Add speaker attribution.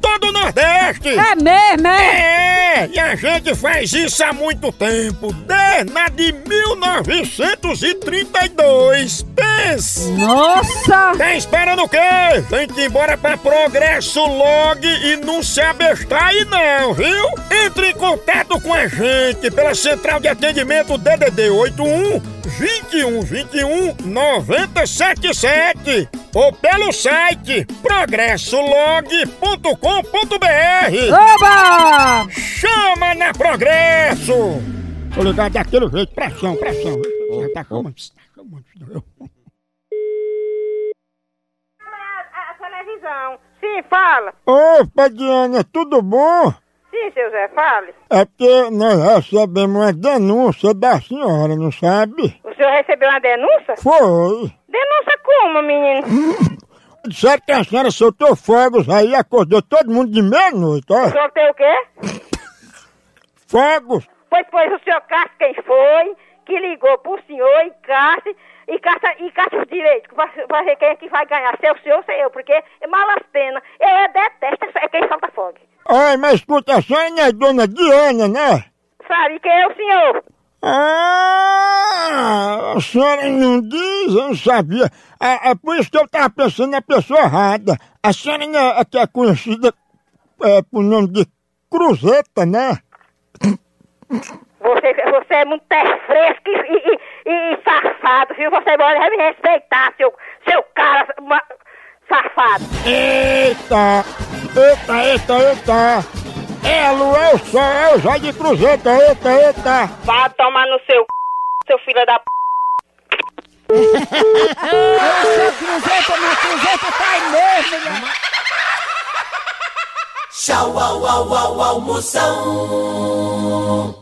Speaker 1: todo o Nordeste!
Speaker 2: É mesmo, é?
Speaker 1: É, e a gente faz isso há muito tempo, desde a de 1932, pensa!
Speaker 2: Nossa!
Speaker 1: Tá esperando o quê? Tem que ir embora pra Progresso Log e não se abestar aí não, viu? Entre em contato com a gente pela central de atendimento DDD 81 2121 9077 ou pelo site progressolog.com.br.
Speaker 2: Oba!
Speaker 1: Chama na Progresso! Vou ligar daquele jeito, pressão, pressão. Já tá chamando, tá chamando.
Speaker 3: a, a televisão. Sim, fala.
Speaker 1: Opa, Diana, tudo bom?
Speaker 3: Sim, seu Zé, fale.
Speaker 1: É porque nós recebemos uma denúncia da senhora, não sabe?
Speaker 3: O senhor recebeu uma denúncia?
Speaker 1: Foi.
Speaker 3: Denúncia como, menino?
Speaker 1: Disseram que a senhora soltou fogos aí, acordou todo mundo de meia-noite,
Speaker 3: O
Speaker 1: ó.
Speaker 3: senhor tem o quê?
Speaker 1: Fogos.
Speaker 3: Pois, pois, o senhor caça quem foi, que ligou pro senhor e caça, e caça, e caça os direitos. Pra, pra ver quem é que vai ganhar, se é o senhor ou se é eu, porque é malas penas. Eu, eu detesto essa- é quem solta fogo.
Speaker 1: Ai, mas escuta, a senhora não é dona Diana, né?
Speaker 3: Sabe quem é o senhor?
Speaker 1: Ah, a senhora não diz, eu não sabia. É, é por isso que eu tava pensando na pessoa errada. A senhora não é, é que é conhecida é, por nome de Cruzeta, né?
Speaker 3: Você, você é muito pé fresco e, e, e- e safado, viu? Você vai me respeitar, seu, seu cara ma- safado.
Speaker 1: Eita! Eita, eita, eita! É a lua, é o sol, é o Zóio de Cruzeta, eita, eita!
Speaker 3: Vá tomar no seu c... seu filho da p...
Speaker 4: Tchau, au, au, au, almoção.